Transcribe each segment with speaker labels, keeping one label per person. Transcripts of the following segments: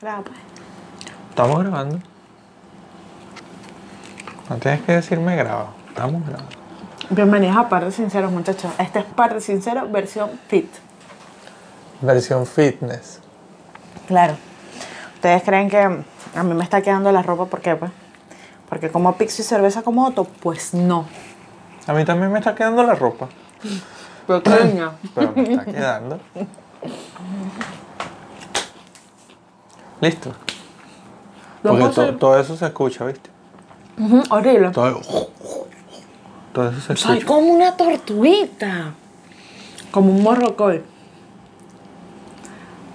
Speaker 1: Graba, pues.
Speaker 2: Estamos grabando. No tienes que decirme graba. Estamos grabando.
Speaker 1: Bienvenidos a Par de Sinceros, muchachos. Este es Par de Sincero versión fit.
Speaker 2: Versión fitness.
Speaker 1: Claro. ¿Ustedes creen que a mí me está quedando la ropa? ¿Por qué, pues? Porque como pizza y cerveza como Otto, pues no.
Speaker 2: A mí también me está quedando la ropa.
Speaker 1: Pequeña.
Speaker 2: Pero me está quedando. Listo.
Speaker 1: Lo
Speaker 2: Porque
Speaker 1: puedo
Speaker 2: to-
Speaker 1: hacer-
Speaker 2: todo eso se escucha, ¿viste?
Speaker 1: Ujú, horrible.
Speaker 2: Todo, todo eso se
Speaker 1: Soy
Speaker 2: escucha.
Speaker 1: como una tortuguita. Como un morrocoy.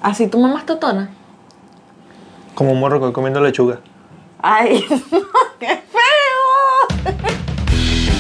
Speaker 1: Así tu mamá es totona.
Speaker 2: Como un morro comiendo lechuga.
Speaker 1: ¡Ay! ¡Qué feo!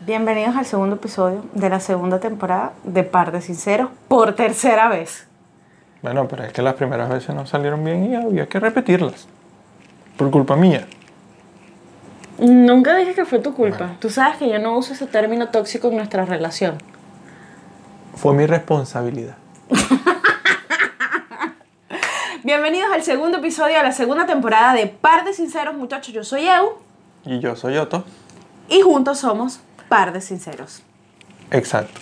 Speaker 1: Bienvenidos al segundo episodio de la segunda temporada de Par de Sinceros por tercera vez.
Speaker 2: Bueno, pero es que las primeras veces no salieron bien y había que repetirlas. Por culpa mía.
Speaker 1: Nunca dije que fue tu culpa. Tú sabes que yo no uso ese término tóxico en nuestra relación.
Speaker 2: Fue mi responsabilidad.
Speaker 1: Bienvenidos al segundo episodio de la segunda temporada de Par de Sinceros, muchachos. Yo soy Eu
Speaker 2: Y yo soy Otto.
Speaker 1: y juntos somos Par de Sinceros.
Speaker 2: Exacto.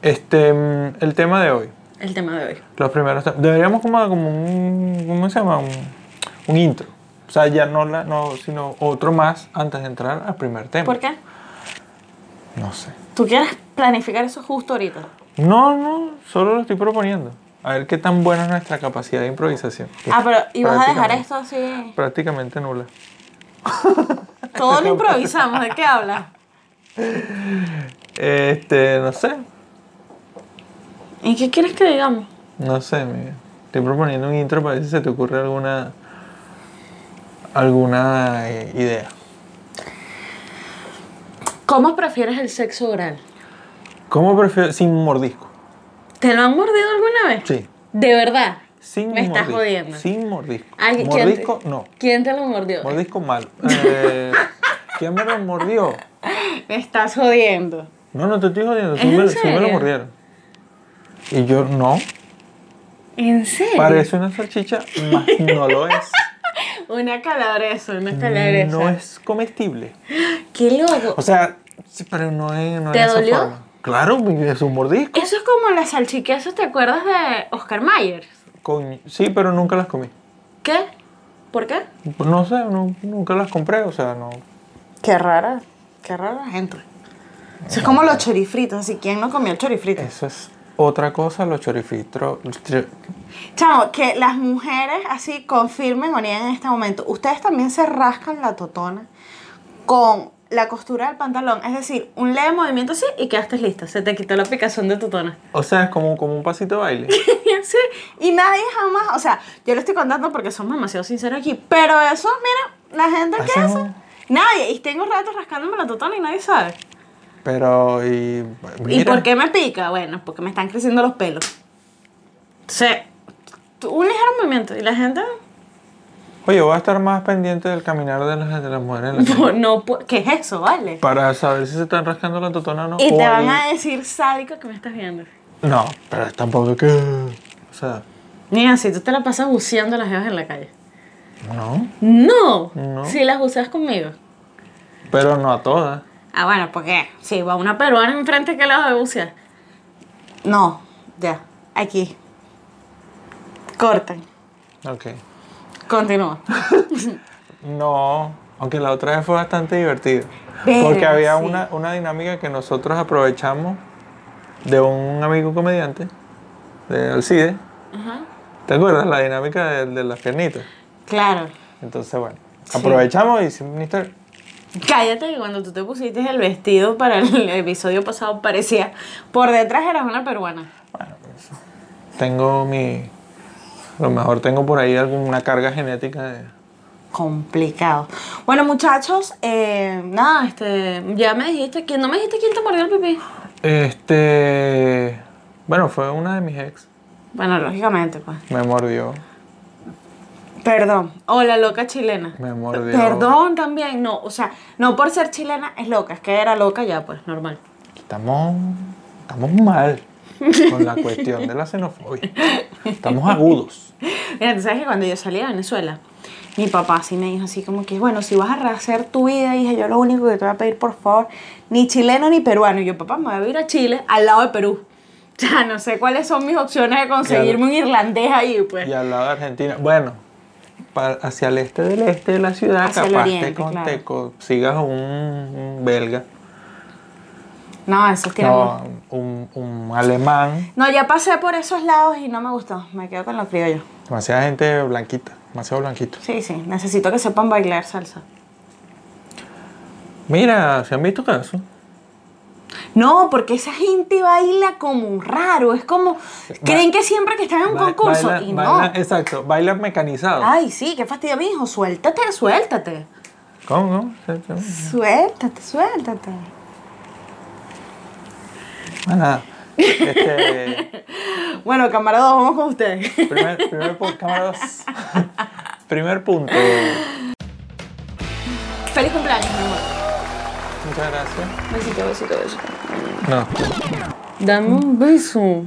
Speaker 2: Este, mm, el tema de hoy.
Speaker 1: El tema de hoy.
Speaker 2: Los primeros tem- Deberíamos como, como un, ¿cómo se llama? Un, un intro. O sea, ya no, la, no, sino otro más antes de entrar al primer tema.
Speaker 1: ¿Por qué?
Speaker 2: No sé.
Speaker 1: ¿Tú quieres planificar eso justo ahorita?
Speaker 2: No, no, solo lo estoy proponiendo. A ver qué tan buena es nuestra capacidad de improvisación.
Speaker 1: Ah, pero ¿y vas a dejar
Speaker 2: Prácticamente-
Speaker 1: esto así?
Speaker 2: Prácticamente nula.
Speaker 1: Todo lo improvisamos. ¿De qué hablas?
Speaker 2: Este, no sé.
Speaker 1: ¿Y qué quieres que digamos?
Speaker 2: No sé, Miguel. Estoy proponiendo un intro para ver si se te ocurre alguna. alguna eh, idea.
Speaker 1: ¿Cómo prefieres el sexo oral?
Speaker 2: ¿Cómo prefiero? Sin mordisco.
Speaker 1: ¿Te lo han mordido alguna vez?
Speaker 2: Sí.
Speaker 1: De verdad.
Speaker 2: Sin
Speaker 1: Me estás
Speaker 2: mordisco.
Speaker 1: jodiendo.
Speaker 2: Sin mordisco.
Speaker 1: ¿Alguien- quién te-
Speaker 2: mordisco, no.
Speaker 1: ¿Quién te lo mordió?
Speaker 2: Mordisco mal. Eh, ¿Quién me lo mordió?
Speaker 1: Me estás jodiendo.
Speaker 2: No, no te estoy jodiendo. Sí
Speaker 1: ¿Es en
Speaker 2: me, sí me lo
Speaker 1: serio?
Speaker 2: mordieron. Y yo, no.
Speaker 1: ¿En serio?
Speaker 2: Parece una salchicha, mas no lo es.
Speaker 1: Una calabresa, una calabresa.
Speaker 2: No es comestible.
Speaker 1: ¡Qué loco!
Speaker 2: O sea, sí, pero no es. No
Speaker 1: ¿Te
Speaker 2: es esa
Speaker 1: dolió?
Speaker 2: forma. Claro, es un mordisco.
Speaker 1: Eso es como las salchiquesas, ¿te acuerdas de Oscar Mayer?
Speaker 2: Coño, Sí, pero nunca las comí.
Speaker 1: ¿Qué? ¿Por qué?
Speaker 2: No sé, no- nunca las compré, o sea, no.
Speaker 1: Qué rara, qué rara gente. Eso es como los chorifritos, así ¿quién no comió chorifritos?
Speaker 2: Eso es otra cosa, los chorifritos.
Speaker 1: Chamo, que las mujeres así confirmen o nieguen en este momento. Ustedes también se rascan la totona con la costura del pantalón. Es decir, un leve movimiento así y quedaste lista. Se te quitó la picazón de totona.
Speaker 2: O sea, es como, como un pasito de baile.
Speaker 1: Sí, y nadie jamás, o sea, yo lo estoy contando porque somos demasiado sinceros aquí, pero eso, mira, la gente que
Speaker 2: Hacen
Speaker 1: hace,
Speaker 2: un-
Speaker 1: nadie, y tengo ratos rascándome la totona y nadie sabe.
Speaker 2: Pero, y.
Speaker 1: ¿Y
Speaker 2: mira,
Speaker 1: por qué me pica? Bueno, porque me están creciendo los pelos. Entonces, tú- un ligero movimiento, y la gente,
Speaker 2: Oye, voy a estar más pendiente del caminar de las, de las mujeres en la calle
Speaker 1: no, no pu- ¿qué es eso, vale?
Speaker 2: para saber si se están rascando la totona o no.
Speaker 1: Y
Speaker 2: o
Speaker 1: te van
Speaker 2: ahí-
Speaker 1: a decir sádico que me estás viendo.
Speaker 2: No, pero tampoco que. O sea,
Speaker 1: Mira, si tú te la pasas buceando a las jevas en la calle.
Speaker 2: no.
Speaker 1: No,
Speaker 2: No.
Speaker 1: si las buceas conmigo.
Speaker 2: Pero no a todas.
Speaker 1: Ah, bueno, porque si va una peruana enfrente, que la va a bucear? No, ya, aquí. Cortan,
Speaker 2: Ok.
Speaker 1: continúa.
Speaker 2: No, aunque la otra vez fue bastante divertido.
Speaker 1: Verga,
Speaker 2: porque había
Speaker 1: sí.
Speaker 2: una, una dinámica que nosotros aprovechamos de un amigo comediante, de Alcide.
Speaker 1: Ajá.
Speaker 2: ¿Te acuerdas? La dinámica de, de las piernitas.
Speaker 1: Claro,
Speaker 2: Entonces, bueno, aprovechamos y hicimos un Instagram.
Speaker 1: cállate que cuando tú te pusiste el vestido para el episodio pasado parecía, por detrás eras una peruana.
Speaker 2: Bueno, pues, tengo mi. A lo mejor tengo por ahí alguna carga genética de
Speaker 1: complicado. Bueno, muchachos, eh, nada, este, ya me dijiste que no me dijiste quién te mordió el pipí.
Speaker 2: Este. Bueno, fue una de mis ex.
Speaker 1: Bueno, lógicamente, pues.
Speaker 2: Me mordió.
Speaker 1: Perdón. O la loca chilena.
Speaker 2: Me mordió.
Speaker 1: Perdón también, no, o sea, no por ser chilena es loca, es que era loca ya, pues, normal.
Speaker 2: Estamos. Estamos mal con la cuestión de la xenofobia. Estamos agudos.
Speaker 1: Mira, tú sabes que cuando yo salí de Venezuela, mi papá sí me dijo así como que, bueno, si vas a rehacer tu vida, dije, yo lo único que te voy a pedir, por favor, ni chileno ni peruano. Y yo, papá, me voy a ir a Chile, al lado de Perú. O sea, no sé cuáles son mis opciones de conseguirme un irlandés ahí, pues.
Speaker 2: Y al lado de Argentina. Bueno, para- hacia el este del este de la ciudad,
Speaker 1: Hacia el
Speaker 2: capaz
Speaker 1: oriente,
Speaker 2: te, con-
Speaker 1: claro.
Speaker 2: te consigas un, un belga.
Speaker 1: No, eso es
Speaker 2: No, un, un alemán.
Speaker 1: No, ya pasé por esos lados y no me gustó. Me quedo con los criollos.
Speaker 2: Demasiada gente blanquita. Demasiado blanquito.
Speaker 1: Sí, sí. Necesito que sepan bailar salsa.
Speaker 2: Mira, ¿se han visto casos?
Speaker 1: No, porque esa gente baila como un raro. Es como. Creen que siempre que están en un
Speaker 2: Ba-
Speaker 1: concurso.
Speaker 2: baila-
Speaker 1: y
Speaker 2: baila-
Speaker 1: no.
Speaker 2: Exacto, bailar mecanizado.
Speaker 1: Ay, sí, qué fastidio, mijo. Suéltate, suéltate.
Speaker 2: ¿Cómo, cómo? Sí, sí.
Speaker 1: Suéltate, suéltate.
Speaker 2: Ah, nada. Este,
Speaker 1: Bueno, camarados, vamos con ustedes.
Speaker 2: primer, primer punto, cámara dos. primer punto.
Speaker 1: Feliz cumpleaños, mi amor.
Speaker 2: Muchas gracias.
Speaker 1: Besito, besito, besito.
Speaker 2: No,
Speaker 1: Dame un beso.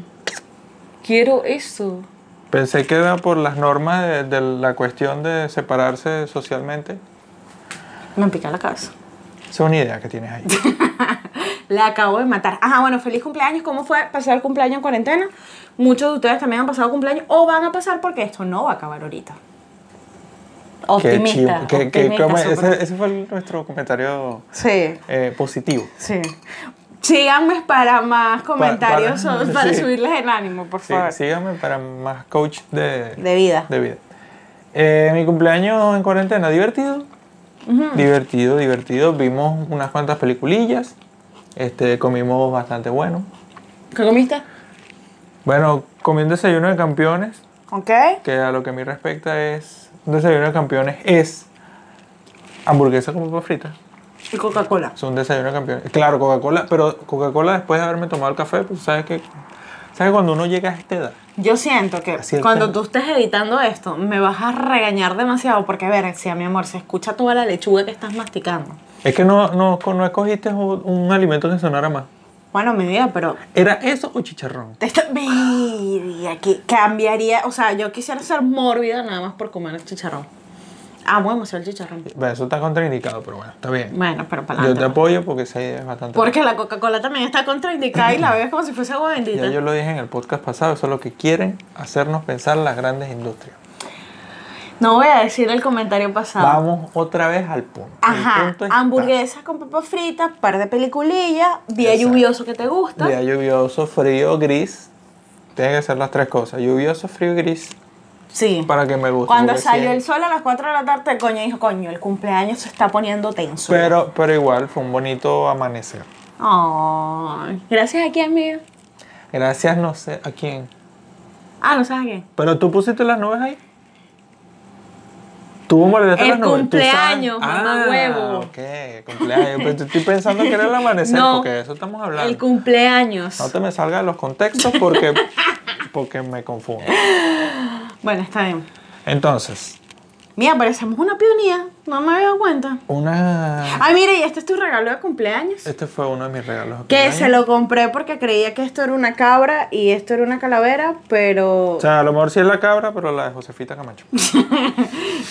Speaker 1: Quiero eso.
Speaker 2: pensé que era por las normas de, de la cuestión de separarse socialmente.
Speaker 1: Me pica la cabeza.
Speaker 2: Esa es una idea que tienes ahí.
Speaker 1: La acabo de matar. Ajá, bueno, feliz cumpleaños. ¿Cómo fue pasar el cumpleaños en cuarentena? Muchos de ustedes también han pasado cumpleaños o van a pasar porque esto no va a acabar ahorita. Optimista.
Speaker 2: chivo. Que- que-
Speaker 1: optimista,
Speaker 2: como-
Speaker 1: súper-
Speaker 2: ese, ese fue el- nuestro comentario
Speaker 1: Sí,
Speaker 2: eh, positivo.
Speaker 1: sí. Síganme para más comentarios
Speaker 2: para-
Speaker 1: sobre- para
Speaker 2: sí.
Speaker 1: subirles el ánimo, por
Speaker 2: Sí,
Speaker 1: favor.
Speaker 2: síganme para más coach de,
Speaker 1: De vida.
Speaker 2: de vida. Eh, mi cumpleaños en cuarentena, divertido. Divertido, divertido. Vimos unas cuantas peliculillas. Este, comimos bastante bueno.
Speaker 1: ¿Qué comiste?
Speaker 2: Bueno, comí un desayuno de campeones,
Speaker 1: ¿Ok?
Speaker 2: que a lo que a mí respecta es. Un desayuno de campeones es hamburguesa con papas fritas.
Speaker 1: Y Coca-Cola.
Speaker 2: Es un desayuno de campeones. Claro, Coca-Cola, pero Coca-Cola después de haberme tomado el café, pues sabes que. ¿Sabes cuando uno llega a esta edad?
Speaker 1: Yo siento que
Speaker 2: Así es,
Speaker 1: cuando
Speaker 2: claro.
Speaker 1: tú estés editando esto, me vas a regañar demasiado porque, a ver, si a mi amor se escucha toda la lechuga que estás masticando.
Speaker 2: Es que no, no, no escogiste un, un alimento que sonara más.
Speaker 1: Bueno, mi vida, pero
Speaker 2: ¿Era eso o chicharrón?
Speaker 1: Te está- Mira, que cambiaría. O sea, yo quisiera ser mórbida nada más por comer el chicharrón. Amo demasiado el chicharrón.
Speaker 2: Bueno, eso está contraindicado, pero bueno, está bien.
Speaker 1: Bueno, pero para
Speaker 2: Yo te
Speaker 1: adelante.
Speaker 2: apoyo porque esa idea es bastante.
Speaker 1: Porque la Coca-Cola también está contraindicada y la bebes como si fuese agua
Speaker 2: Ya
Speaker 1: bendita.
Speaker 2: yo lo dije en el podcast pasado, eso es lo que quieren hacernos pensar las grandes industrias.
Speaker 1: No voy a decir el comentario pasado.
Speaker 2: Vamos otra vez al punto. El
Speaker 1: Ah. Ajá,
Speaker 2: punto está-
Speaker 1: hamburguesas con papas fritas, par de peliculillas, día
Speaker 2: Exacto.
Speaker 1: lluvioso que te gusta.
Speaker 2: Día lluvioso, frío, gris. Tienen que ser las tres cosas. Lluvioso, frío, gris.
Speaker 1: Sí.
Speaker 2: Para que me guste.
Speaker 1: Cuando
Speaker 2: porque
Speaker 1: salió
Speaker 2: sí.
Speaker 1: el sol a las 4 de la tarde, coño, dijo, coño, el cumpleaños se está poniendo tenso.
Speaker 2: Pero, pero igual fue un bonito amanecer.
Speaker 1: Ay, gracias a quién, amigo.
Speaker 2: Gracias, no sé a quién.
Speaker 1: Ah, no sabes a quién.
Speaker 2: Pero tú pusiste las nubes ahí. Tú molestaste
Speaker 1: El
Speaker 2: las nubes. tú sabes.
Speaker 1: cumpleaños, mamahuevo.
Speaker 2: Ah, ok, cumpleaños. Pero estoy pensando que era el amanecer,
Speaker 1: No.
Speaker 2: porque de eso estamos hablando.
Speaker 1: El cumpleaños.
Speaker 2: No te me salga de los contextos porque, porque me confundo.
Speaker 1: Bueno, está bien.
Speaker 2: Entonces,
Speaker 1: Mira, parecemos una pionía. No me había dado cuenta.
Speaker 2: una.
Speaker 1: Ay, mira, y este es tu regalo de cumpleaños.
Speaker 2: Este fue uno de mis regalos. de
Speaker 1: Que
Speaker 2: cumpleaños.
Speaker 1: se lo compré porque creía que esto era una cabra y esto era una calavera, pero
Speaker 2: O sea, a lo mejor sí es la cabra, pero la de Josefita Camacho.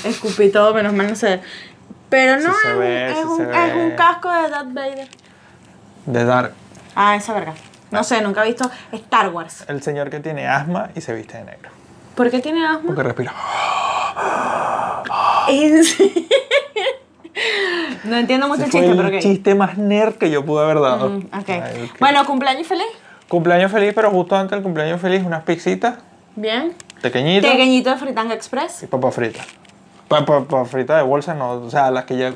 Speaker 1: escupí todo, menos mal no sé. Pero no,
Speaker 2: Sí se
Speaker 1: es,
Speaker 2: ve,
Speaker 1: un, es
Speaker 2: sí
Speaker 1: un-
Speaker 2: se ve.
Speaker 1: es un casco de Darth Vader.
Speaker 2: De Dark.
Speaker 1: Ah, esa verga. No sé, nunca he visto Star Wars.
Speaker 2: El señor que tiene asma y se viste de negro.
Speaker 1: ¿Por qué tiene asma?
Speaker 2: Porque respira. Ah.
Speaker 1: Es- no entiendo mucho el
Speaker 2: Ese fue
Speaker 1: chiste,
Speaker 2: el
Speaker 1: pero ok.
Speaker 2: chiste más nerd que yo pude haber dado.
Speaker 1: Mm, ok.
Speaker 2: Ay, ok.
Speaker 1: Bueno, cumpleaños feliz.
Speaker 2: Cumpleaños feliz, pero justo antes del cumpleaños feliz, unas pizzitas
Speaker 1: Bien.
Speaker 2: pequeñitas
Speaker 1: Pequeñito de Fritanga Express.
Speaker 2: y papas fritas. Pa- pa- Papas fritas de bolsa, no, o sea, las que ya.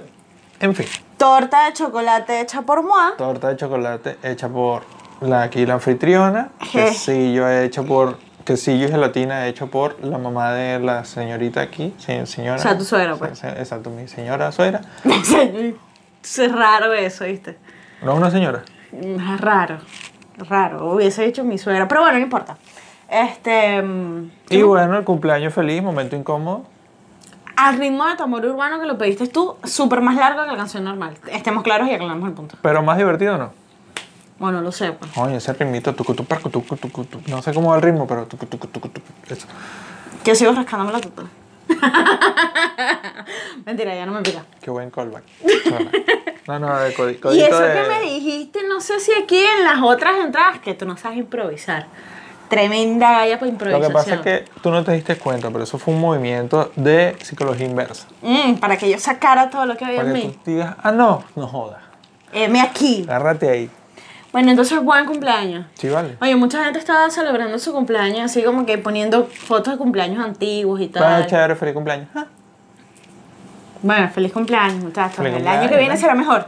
Speaker 2: En fin,
Speaker 1: Torta de chocolate hecha por Moa.
Speaker 2: torta de chocolate hecha por la, aquí la anfitriona,
Speaker 1: Je.
Speaker 2: quesillo hecho por quesillo y gelatina hecho por la mamá de la señorita aquí, se- señora.
Speaker 1: O sea, tu suegra,
Speaker 2: Se-
Speaker 1: pues.
Speaker 2: se- Exacto, mi señora suegra.
Speaker 1: es raro eso, ¿viste?
Speaker 2: No una señora.
Speaker 1: Es raro. Raro. Hubiese dicho mi suegra. Pero bueno, no importa. Este. mm,
Speaker 2: Y bueno, el cumpleaños feliz, momento incómodo.
Speaker 1: Al ritmo de tu amor urbano que lo pediste tú, súper más largo que la canción normal. Estemos claros y aclaramos el punto.
Speaker 2: Pero más divertido, ¿no?
Speaker 1: Bueno, lo sé, pues.
Speaker 2: Oye, ese ritmito, tucu, tucu, parcu, tucu, tucu, tucu. no sé cómo va el ritmo, pero tucu, tucu, tucu, tucu, eso.
Speaker 1: Yo sigo rascándome la totona. Mentira, ya no me pica.
Speaker 2: Qué buen callback. No, no, de codi-
Speaker 1: Y
Speaker 2: codito
Speaker 1: eso
Speaker 2: de-
Speaker 1: que me dijiste, no sé si aquí en las otras entradas, que tú no sabes improvisar. Tremenda galla para
Speaker 2: Lo que
Speaker 1: improvisación.
Speaker 2: pasa es que tú no te diste cuenta, pero eso fue un movimiento de psicología inversa.
Speaker 1: Mm, para que yo sacara todo lo que había
Speaker 2: Para
Speaker 1: en
Speaker 2: que
Speaker 1: mí.
Speaker 2: tú digas, ah, no, no jodas.
Speaker 1: Eh, me aquí.
Speaker 2: Agárrate ahí.
Speaker 1: Bueno, entonces, buen cumpleaños.
Speaker 2: Sí, vale.
Speaker 1: Oye, mucha gente estaba celebrando su cumpleaños, así como que poniendo fotos de cumpleaños antiguos y
Speaker 2: Bueno,
Speaker 1: tal.
Speaker 2: chévere, feliz cumpleaños. Ah,
Speaker 1: Bueno, feliz cumpleaños, muchachos.
Speaker 2: Feliz
Speaker 1: el
Speaker 2: cumpleaños,
Speaker 1: año que viene
Speaker 2: ¿no?
Speaker 1: será mejor.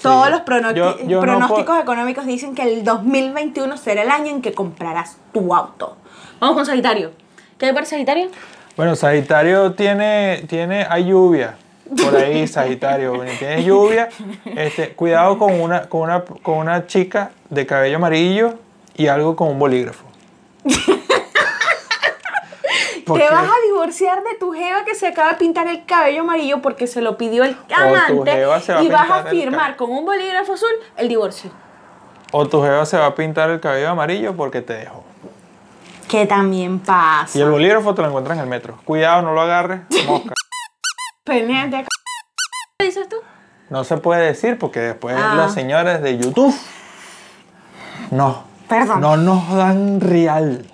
Speaker 1: Todos los prono-
Speaker 2: Yo- yo no
Speaker 1: pronósticos
Speaker 2: puedo-
Speaker 1: económicos dicen que el 2021 será el año en que comprarás tu auto. Vamos con Sagitario. ¿Qué hay para Sagitario?
Speaker 2: Bueno, Sagitario tiene, tiene, hay lluvia. Por ahí, Sagitario, bueno, tienes lluvia. Este, cuidado con una, con una, con una chica de cabello amarillo y algo con un bolígrafo. Porque-
Speaker 1: Te vas a divorciar de tu jeva que se acaba de pintar el cabello amarillo porque se lo pidió el
Speaker 2: tu
Speaker 1: amante
Speaker 2: jeva se va a
Speaker 1: y vas
Speaker 2: pintar
Speaker 1: a
Speaker 2: el
Speaker 1: firmar
Speaker 2: cabello.
Speaker 1: con un bolígrafo azul el divorcio.
Speaker 2: O tu jeva se va a pintar el cabello amarillo porque te dejó.
Speaker 1: Que también pasa.
Speaker 2: Y el bolígrafo te lo encuentras en el metro. Cuidado, no lo agarres. Mosca.
Speaker 1: Pendiente. c- ¿Qué dices tú?
Speaker 2: No se puede decir porque después
Speaker 1: Ah.
Speaker 2: los señores de YouTube no,
Speaker 1: Perdón.
Speaker 2: no nos dan real.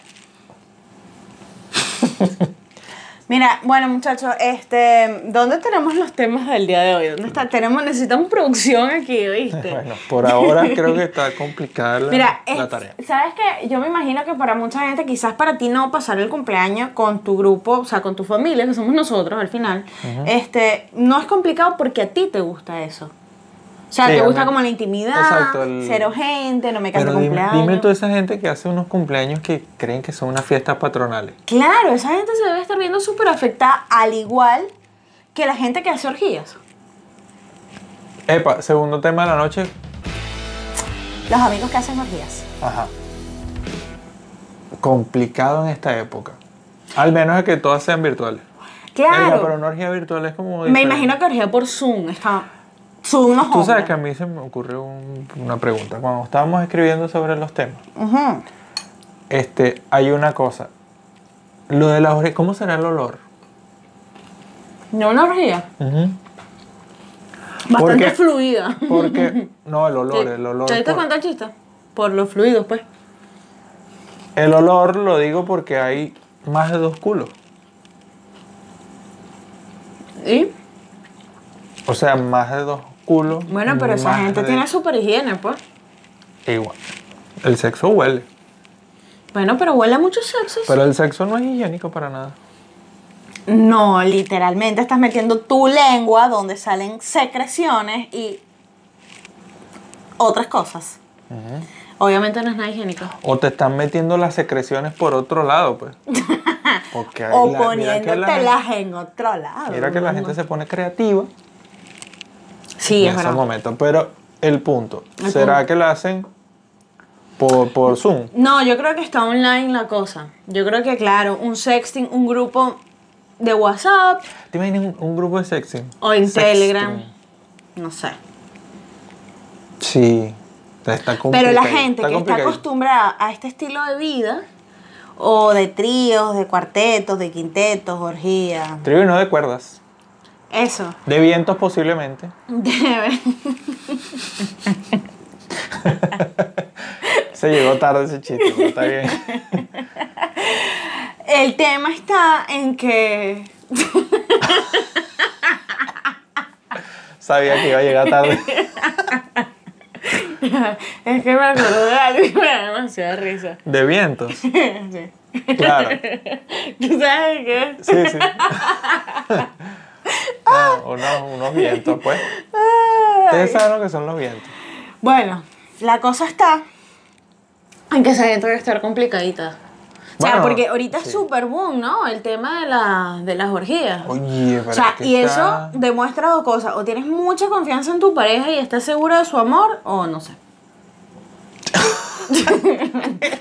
Speaker 1: Mira, bueno muchachos, este, ¿dónde tenemos los temas del día de hoy? ¿Dónde está? Tenemos, necesitamos producción aquí, ¿oíste?
Speaker 2: Bueno, por ahora creo que está complicada la,
Speaker 1: Este, Mira,
Speaker 2: la
Speaker 1: es-
Speaker 2: tarea.
Speaker 1: sabes que yo me imagino que para mucha gente, quizás para ti no pasar el cumpleaños con tu grupo, o sea, con tu familia, que somos nosotros al final, este, no es complicado porque a ti te gusta eso. O sea,
Speaker 2: Sí,
Speaker 1: te
Speaker 2: a
Speaker 1: gusta
Speaker 2: mí-
Speaker 1: como la intimidad,
Speaker 2: Exacto, el-
Speaker 1: cero gente, no me canto
Speaker 2: Pero dime,
Speaker 1: cumpleaños.
Speaker 2: dime toda esa gente que hace unos cumpleaños que creen que son unas fiestas patronales.
Speaker 1: Claro, esa gente se debe estar viendo súper afectada, al igual que la gente que hace orgías.
Speaker 2: Epa, segundo tema de la noche.
Speaker 1: Los amigos que hacen orgías.
Speaker 2: Ajá. Complicado en esta época. Al menos que todas sean virtuales. Verga, Pero
Speaker 1: Claro.
Speaker 2: una orgía virtual es como...
Speaker 1: Me
Speaker 2: diferente.
Speaker 1: imagino que orgía por Zoom. Está... Zoom no
Speaker 2: Tú sabes
Speaker 1: joda.
Speaker 2: que a mí se me ocurrió un- una pregunta. Cuando estábamos escribiendo sobre los temas,
Speaker 1: Ujú.
Speaker 2: este, hay una cosa. Lo de las orejas, ¿cómo será el olor?
Speaker 1: No una orgía.
Speaker 2: Ujú.
Speaker 1: Bastante
Speaker 2: Porque-
Speaker 1: fluida.
Speaker 2: Porque, no, el olor,
Speaker 1: ¿Te-
Speaker 2: el olor.
Speaker 1: ¿Te diste
Speaker 2: por-
Speaker 1: cuenta el chiste? Por los fluidos, pues.
Speaker 2: el olor lo digo porque hay más de dos culos.
Speaker 1: ¿Y?
Speaker 2: O sea, más de dos culos.
Speaker 1: Bueno, pero esa
Speaker 2: más
Speaker 1: gente
Speaker 2: de-
Speaker 1: tiene super higiene, pues.
Speaker 2: Igual. El sexo huele.
Speaker 1: Bueno, pero huele a muchos sexos.
Speaker 2: Pero el sexo no es higiénico para nada.
Speaker 1: No, literalmente estás metiendo tu lengua donde salen secreciones y otras cosas. Obviamente no es nada higiénico.
Speaker 2: O te están metiendo las secreciones por otro lado, pues. Porque hay
Speaker 1: O
Speaker 2: la- mira que la gente-
Speaker 1: poniéndotelas en otro lado.
Speaker 2: Mira que la gente se pone creativa
Speaker 1: Sí,
Speaker 2: en
Speaker 1: es
Speaker 2: esos
Speaker 1: verdad.
Speaker 2: momentos. Pero el punto,
Speaker 1: El
Speaker 2: ¿será
Speaker 1: punto.
Speaker 2: que la hacen por, por Zoom?
Speaker 1: No, yo creo que está online la cosa. Yo creo que, claro, un sexting, un grupo de WhatsApp
Speaker 2: ¿Te imaginas un, un grupo de sexting?
Speaker 1: o en
Speaker 2: Sexting.
Speaker 1: Telegram. No sé.
Speaker 2: Sí. Está
Speaker 1: Pero la
Speaker 2: complicadito,
Speaker 1: gente que está
Speaker 2: complicadito.
Speaker 1: acostumbrada a este estilo de vida, o de tríos, de cuartetos, de quintetos, orgías,
Speaker 2: Trío y no de cuerdas.
Speaker 1: eso.
Speaker 2: De vientos posiblemente. Se llegó tarde ese chiste, pero está bien.
Speaker 1: El tema está en que
Speaker 2: Sabía que iba a llegar tarde.
Speaker 1: es que me acuerdo de algo y me da demasiada risa.
Speaker 2: De vientos.
Speaker 1: Sí.
Speaker 2: Claro.
Speaker 1: ¿Tú sabes qué?
Speaker 2: Sí, sí. No, unos, unos vientos, pues.
Speaker 1: Ah.
Speaker 2: Ustedes saben lo que son los vientos.
Speaker 1: Bueno, la cosa está en que esa gente va a estar complicadita. O sea,
Speaker 2: Bueno,
Speaker 1: porque ahorita
Speaker 2: sí.
Speaker 1: es súper boom, ¿no? El tema de, la, de las orgías.
Speaker 2: Oye, pero
Speaker 1: O sea,
Speaker 2: es que
Speaker 1: y
Speaker 2: está-
Speaker 1: eso demuestra dos cosas. O tienes mucha confianza en tu pareja y estás segura de su amor, o no sé.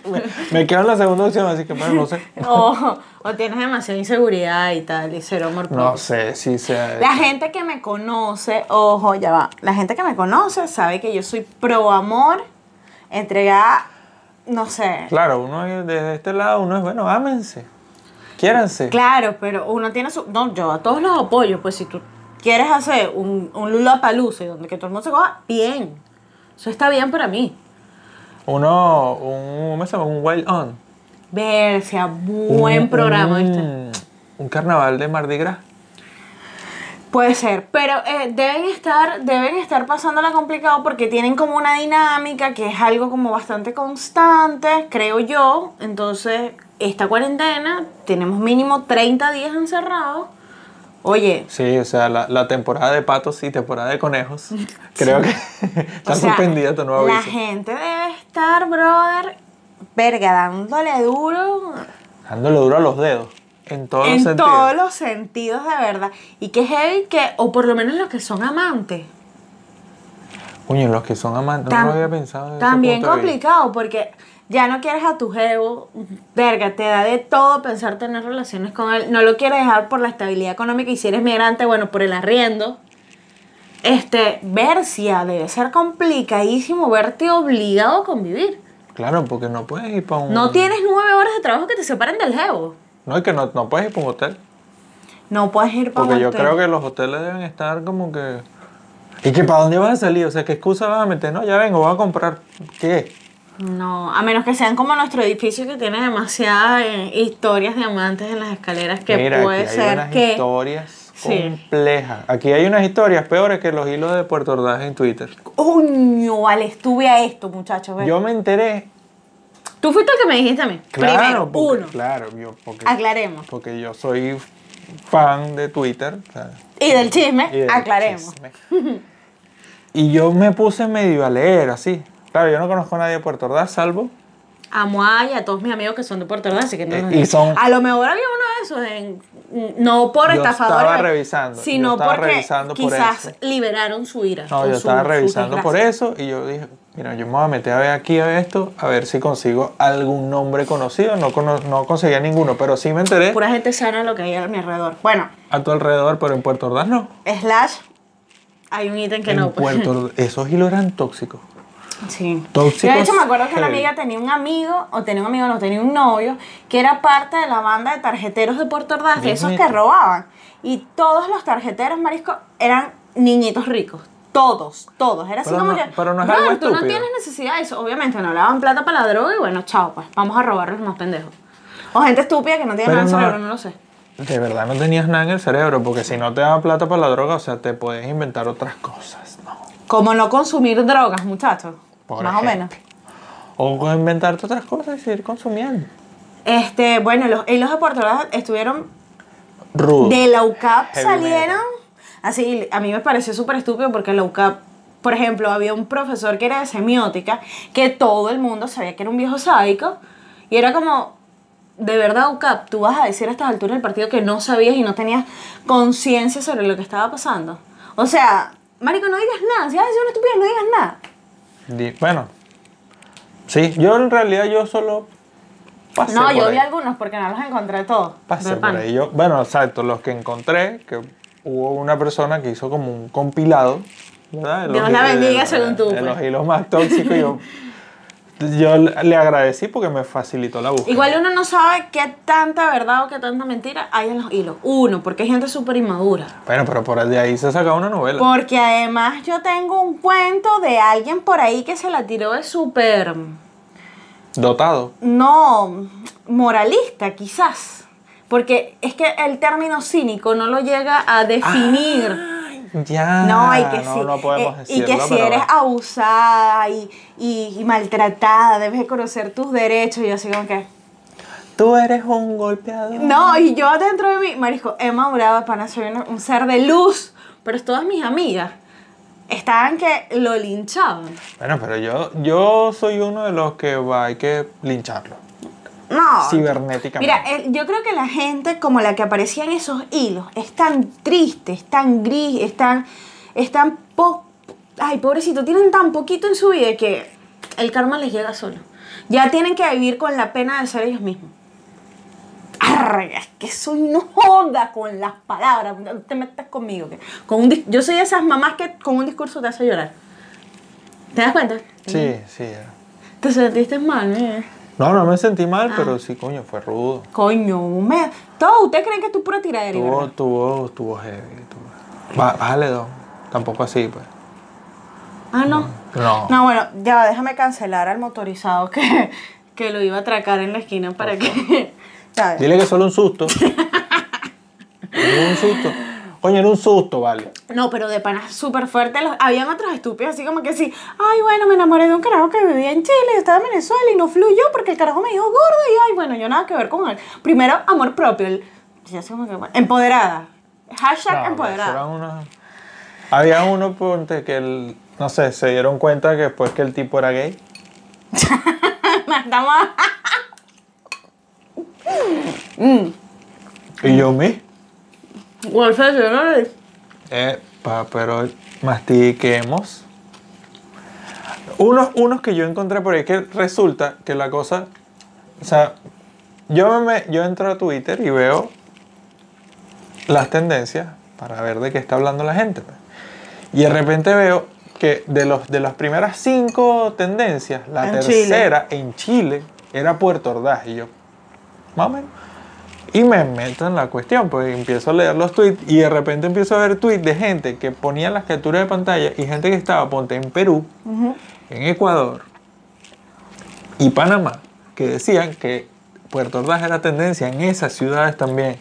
Speaker 2: Me, me quedo en la segunda opción, así que bueno, no sé.
Speaker 1: O, o tienes demasiada inseguridad y tal, y cero amor
Speaker 2: No
Speaker 1: propio.
Speaker 2: sé si sea.
Speaker 1: La gente que me conoce, ojo, ya va. La gente que me conoce sabe que yo soy pro amor, entregada, no sé.
Speaker 2: Claro, uno es- desde este lado, uno es bueno, ámense. Quiéranse.
Speaker 1: Claro, pero uno tiene su. No, yo a todos los apoyo, pues si tú quieres hacer un, un Lula y donde que todo el mundo se coja, bien. Eso está bien para mí.
Speaker 2: Uno, un, ¿cómo se llama? Un wild on.
Speaker 1: Ver, sea buen
Speaker 2: Un-
Speaker 1: programa, ¿viste?
Speaker 2: un, un carnaval de Mardi Gras.
Speaker 1: Puede ser, pero eh, deben estar, deben estar pasándola complicado porque tienen como una dinámica que es algo como bastante constante, creo yo. Entonces, esta cuarentena, tenemos mínimo 30 días encerrados. Oye,
Speaker 2: Sí, o sea, la, la temporada de patos y temporada de conejos. Creo que está
Speaker 1: o sea,
Speaker 2: suspendida tu nuevo
Speaker 1: La
Speaker 2: aviso.
Speaker 1: gente debe estar, brother, verga, dándole duro
Speaker 2: Dándole duro a los dedos. En todos los
Speaker 1: en
Speaker 2: sentidos.
Speaker 1: todos los sentidos, de verdad. Y que heavy que, o por lo menos los que son amantes.
Speaker 2: Coño, los que son amantes.
Speaker 1: Tam-
Speaker 2: no lo había pensado. desde ese
Speaker 1: También
Speaker 2: punto de vista.
Speaker 1: complicado porque ya no quieres a tu jevo, verga, te da de todo pensar tener relaciones con él, no lo quieres dejar por la estabilidad económica y si eres migrante, bueno, por el arriendo. Este, Versia, debe ser complicadísimo verte obligado a convivir.
Speaker 2: Claro, porque no puedes ir para un.
Speaker 1: No tienes nueve horas de trabajo que te separen del jevo.
Speaker 2: No, es que no, no puedes ir para un hotel.
Speaker 1: No puedes ir para
Speaker 2: Porque yo creo que los hoteles deben estar como que. ¿Y que para dónde vas a salir? O sea, ¿qué excusa vas a meter? No, ya vengo, voy a comprar. ¿Qué?
Speaker 1: No, a menos que sean como nuestro edificio que tiene demasiadas eh, historias de amantes en las escaleras que
Speaker 2: Mira,
Speaker 1: puede
Speaker 2: aquí hay
Speaker 1: ser
Speaker 2: unas
Speaker 1: que...
Speaker 2: historias
Speaker 1: Sí.
Speaker 2: complejas. Aquí hay unas historias peores que los hilos de Puerto Ordaz en Twitter.
Speaker 1: Coño, vale, estuve a esto, muchachos. ve.
Speaker 2: Yo me enteré.
Speaker 1: Tú fuiste el que me dijiste a mí. Primero,
Speaker 2: Claro, porque,
Speaker 1: uno.
Speaker 2: claro, yo, porque,
Speaker 1: Aclaremos.
Speaker 2: porque yo soy fan de Twitter. o sea,
Speaker 1: Y del chisme,
Speaker 2: y del
Speaker 1: aclaremos.
Speaker 2: chisme. Y yo me puse medio a leer así. Claro, yo no conozco a nadie de Puerto Ordaz, salvo
Speaker 1: Amo a y a todos mis amigos que son de Puerto Ordaz, así que no
Speaker 2: Eh,
Speaker 1: nos
Speaker 2: y
Speaker 1: digan.
Speaker 2: son-
Speaker 1: A lo mejor había uno de esos, en- no por
Speaker 2: Yo
Speaker 1: estafadores.
Speaker 2: estaba revisando, yo
Speaker 1: Sino
Speaker 2: estaba
Speaker 1: porque
Speaker 2: revisando por
Speaker 1: quizás
Speaker 2: eso.
Speaker 1: liberaron su ira.
Speaker 2: No,
Speaker 1: o
Speaker 2: yo
Speaker 1: su-
Speaker 2: estaba
Speaker 1: su
Speaker 2: revisando por
Speaker 1: desgracia.
Speaker 2: eso y yo dije, mira, yo me voy a meter a ver aquí a ver esto, a ver si consigo algún nombre conocido. No, cono- no conseguía ninguno, pero sí me enteré
Speaker 1: Pura gente sana lo que hay a mi alrededor. Bueno,
Speaker 2: a tu alrededor, pero en Puerto Ordaz no.
Speaker 1: Slash, hay un ítem que
Speaker 2: en
Speaker 1: no. pues.
Speaker 2: Puerto Ordaz, esos hilos eran tóxicos.
Speaker 1: Sí.
Speaker 2: Tóxicos
Speaker 1: Yo de hecho me acuerdo que una
Speaker 2: heavy.
Speaker 1: amiga tenía un amigo, o tenía un amigo, no, tenía un novio, que era parte de la banda de tarjeteros de Puerto Ordaz, de
Speaker 2: Dios
Speaker 1: esos
Speaker 2: mío.
Speaker 1: que robaban. Y todos los tarjeteros, marisco, eran niñitos ricos. Todos, todos. Era así
Speaker 2: Pero
Speaker 1: como
Speaker 2: no-
Speaker 1: que.
Speaker 2: pero no es
Speaker 1: "Brother,
Speaker 2: algo
Speaker 1: tú no
Speaker 2: estúpido".
Speaker 1: tienes necesidad de eso. Obviamente no le daban plata para la droga y bueno, chao, pues. Vamos a robar los más pendejos. O gente estúpida que no tiene nada
Speaker 2: Pero
Speaker 1: en el
Speaker 2: no-
Speaker 1: cerebro, no lo sé.
Speaker 2: De verdad no tenías nada en el cerebro, porque si no te daban plata para la droga, o sea, te podías inventar otras cosas, ¿no?
Speaker 1: Como no consumir drogas, muchachos.
Speaker 2: Por
Speaker 1: más o
Speaker 2: ejemplo.
Speaker 1: menos.
Speaker 2: O inventarte otras cosas y seguir consumiendo.
Speaker 1: Este, bueno, los hilos de Puerto Ordaz estuvieron
Speaker 2: Rudo.
Speaker 1: De la UCAP
Speaker 2: Heavy
Speaker 1: salieron.
Speaker 2: metal.
Speaker 1: Así, a mí me pareció súper estúpido porque la UCAP, por ejemplo, había un profesor que era de semiótica, que todo el mundo sabía que era un viejo sádico, y era como, de verdad, UCAP, tú vas a decir a estas alturas del partido que no sabías y no tenías conciencia sobre lo que estaba pasando. O sea, Marico, no digas nada, si vas a decir una estupidez, no digas nada.
Speaker 2: Di- Bueno, sí, yo en realidad yo solo pasé
Speaker 1: no,
Speaker 2: por
Speaker 1: yo
Speaker 2: ahí.
Speaker 1: vi algunos porque no los encontré todos.
Speaker 2: Pasé
Speaker 1: de
Speaker 2: por
Speaker 1: pana.
Speaker 2: ahí. Yo- bueno, exacto, los que encontré, que hubo una persona que hizo como un compilado, ¿verdad? De los
Speaker 1: Dios la
Speaker 2: hilos-
Speaker 1: bendiga,
Speaker 2: de-
Speaker 1: según tú,
Speaker 2: de
Speaker 1: pues.
Speaker 2: los hilos más tóxicos. yo, yo le agradecí porque me facilitó la búsqueda.
Speaker 1: Igual uno no sabe qué tanta verdad o qué tanta mentira hay en los hilos. Uno, porque hay gente súper inmadura.
Speaker 2: Bueno, pero por de ahí se saca una novela.
Speaker 1: Porque además yo tengo un cuento de alguien por ahí que se la tiró de súper,
Speaker 2: Dotado.
Speaker 1: no, moralista quizás. Porque es que el término cínico no lo llega a definir.
Speaker 2: Ya.
Speaker 1: no, y que
Speaker 2: Ah. no,
Speaker 1: si,
Speaker 2: no podemos
Speaker 1: eh,
Speaker 2: decirlo,
Speaker 1: y que si
Speaker 2: pero
Speaker 1: eres
Speaker 2: bueno.
Speaker 1: abusada y, y- y maltratada, debes de conocer tus derechos. Y yo así como que...
Speaker 2: Tú eres un golpeador.
Speaker 1: No, y yo dentro de mí, Marisco, he madurado, pana, soy una- un ser de luz. Pero todas mis amigas estaban que lo linchaban.
Speaker 2: Bueno, pero yo, yo soy uno de los que va, hay que lincharlo.
Speaker 1: Mm, No.
Speaker 2: cibernéticamente.
Speaker 1: Mira, eh, el- yo creo que la gente como la que aparecía en esos hilos es tan triste, es tan gris, es tan, es tan po- Ay, pobrecito, tienen tan poquito en su vida que el karma les llega solo. Ya tienen que vivir con la pena de ser ellos mismos. Arga, es que soy no joda con las palabras. No te metas conmigo. que con un dis- yo soy de esas mamás que con un discurso te hace llorar. ¿Te das cuenta?
Speaker 2: Sí, sí.
Speaker 1: Te sentiste mal, ¿eh? mira.
Speaker 2: No, no me sentí
Speaker 1: Ah.
Speaker 2: mal, pero sí, coño, fue rudo.
Speaker 1: Coño, me... Todos ustedes creen que tú pura tiradera,
Speaker 2: Tuvo,
Speaker 1: ¿verdad?
Speaker 2: tuvo, tuvo heavy. tuvo- Ba- Bájale dos. Tampoco así, pues.
Speaker 1: Ah, no.
Speaker 2: No.
Speaker 1: No, bueno, ya va, déjame cancelar al motorizado que, que lo iba a atracar en la esquina para que... ¿Sabes?
Speaker 2: Dile que solo un susto. Era un susto. Coño, era un susto, vale.
Speaker 1: No, pero de panas súper fuerte. los- Habían otros estúpidos, así como que sí. Ay, bueno, me enamoré de un carajo que vivía en Chile, yo estaba en Venezuela y no fluyó porque el carajo me dijo gordo y ay, bueno, yo nada que ver con él. Primero, amor propio. el- sí, así como que, bueno, empoderada. Hashtag
Speaker 2: No,
Speaker 1: empoderada.
Speaker 2: eran unos- Había uno ponte, que el, no sé, se dieron cuenta que después que el tipo era gay.
Speaker 1: Mandamos a-
Speaker 2: Y yo me.
Speaker 1: Wolfes, ¿no?
Speaker 2: Epa, pero mastiquemos. Unos, unos que yo encontré por ahí que resulta que la cosa. O sea, yo, me, yo entro a Twitter y veo las tendencias para ver de qué está hablando la gente. pues. Y de repente veo que de, los, de las primeras cinco tendencias, la
Speaker 1: En Chile.
Speaker 2: tercera en Chile era Puerto Ordaz. Y yo, más o menos. Y me meto en la cuestión, pues empiezo a leer los tweets y de repente empiezo a ver tweets de gente que ponía las capturas de pantalla y gente que estaba, ponte, en Perú, en Ecuador y Panamá, que decían que Puerto Ordaz era tendencia en esas ciudades también.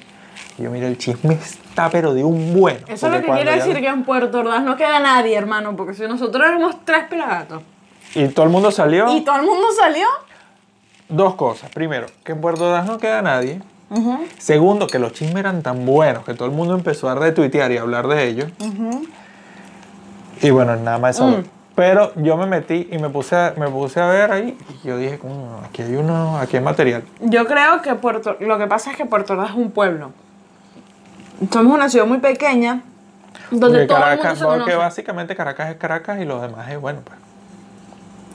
Speaker 2: Y yo, mira, el chisme está pero de un bueno.
Speaker 1: Eso es lo
Speaker 2: porque
Speaker 1: que
Speaker 2: cuando
Speaker 1: quiere
Speaker 2: ya-
Speaker 1: decir que en Puerto Ordaz no queda nadie, hermano, porque si nosotros éramos tres pelagatos
Speaker 2: Y todo el mundo salió.
Speaker 1: y todo el mundo salió.
Speaker 2: Dos cosas. Primero, que en Puerto Ordaz no queda nadie. Segundo, que los chismes eran tan buenos que todo el mundo empezó a retuitear y a hablar de ellos. Y bueno, nada más eso.
Speaker 1: Mm.
Speaker 2: Pero yo me metí y me puse a, me puse a ver ahí y yo dije, "Coño, aquí hay uno, aquí hay material.
Speaker 1: Yo creo que Puerto, lo que pasa es que Puerto Ordaz es un pueblo. Somos una ciudad muy pequeña donde
Speaker 2: Porque
Speaker 1: todo
Speaker 2: Caracas,
Speaker 1: el mundo se
Speaker 2: porque
Speaker 1: conoce.
Speaker 2: básicamente Caracas es Caracas y los demás es bueno, pues.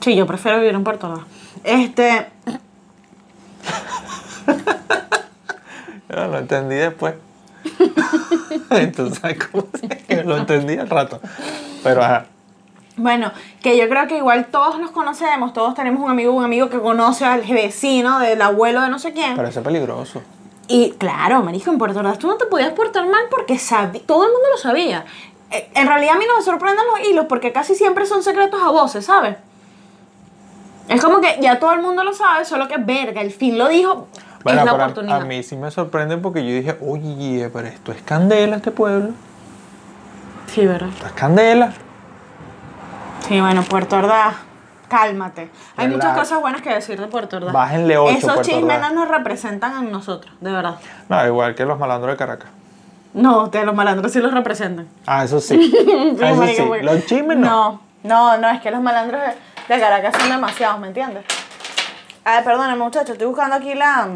Speaker 1: Sí, yo prefiero vivir en Puerto Ordaz. Este,
Speaker 2: Yo lo entendí después. Entonces, ¿cómo se- Lo entendí al rato. Pero ajá.
Speaker 1: Bueno, que yo creo que igual todos nos conocemos, todos tenemos un amigo, un amigo que conoce al vecino, del abuelo de no sé quién.
Speaker 2: Pero eso es peligroso.
Speaker 1: Y claro, marico, en Puerto Ordaz tú no te podías portar mal porque sabi- todo el mundo lo sabía. Eh, En realidad a mí no me sorprenden los hilos porque casi siempre son secretos a voces, ¿sabes? Es como que ya todo el mundo lo sabe, solo que verga, el fin lo dijo,
Speaker 2: Bueno,
Speaker 1: es la
Speaker 2: pero a-
Speaker 1: oportunidad.
Speaker 2: a mí sí me sorprende porque yo dije, oye, pero esto es candela este pueblo.
Speaker 1: Sí, verdad.
Speaker 2: Esto es candela.
Speaker 1: Sí, bueno, Puerto Ordaz, cálmate. Hay
Speaker 2: Relax.
Speaker 1: muchas cosas buenas que decir de Puerto Ordaz.
Speaker 2: Bájenle ocho,
Speaker 1: Esos
Speaker 2: Puerto
Speaker 1: chismes
Speaker 2: Ordaz.
Speaker 1: no nos representan a nosotros, de verdad.
Speaker 2: No, igual que los malandros de Caracas.
Speaker 1: No, ustedes los malandros sí los representan.
Speaker 2: Ah, eso sí. eso
Speaker 1: Marica,
Speaker 2: sí.
Speaker 1: porque-
Speaker 2: Los chismes no.
Speaker 1: No, no, no, es que los malandros de- de Caracas son demasiados, ¿me entiendes? A ver, perdóname, muchachos, estoy buscando aquí la.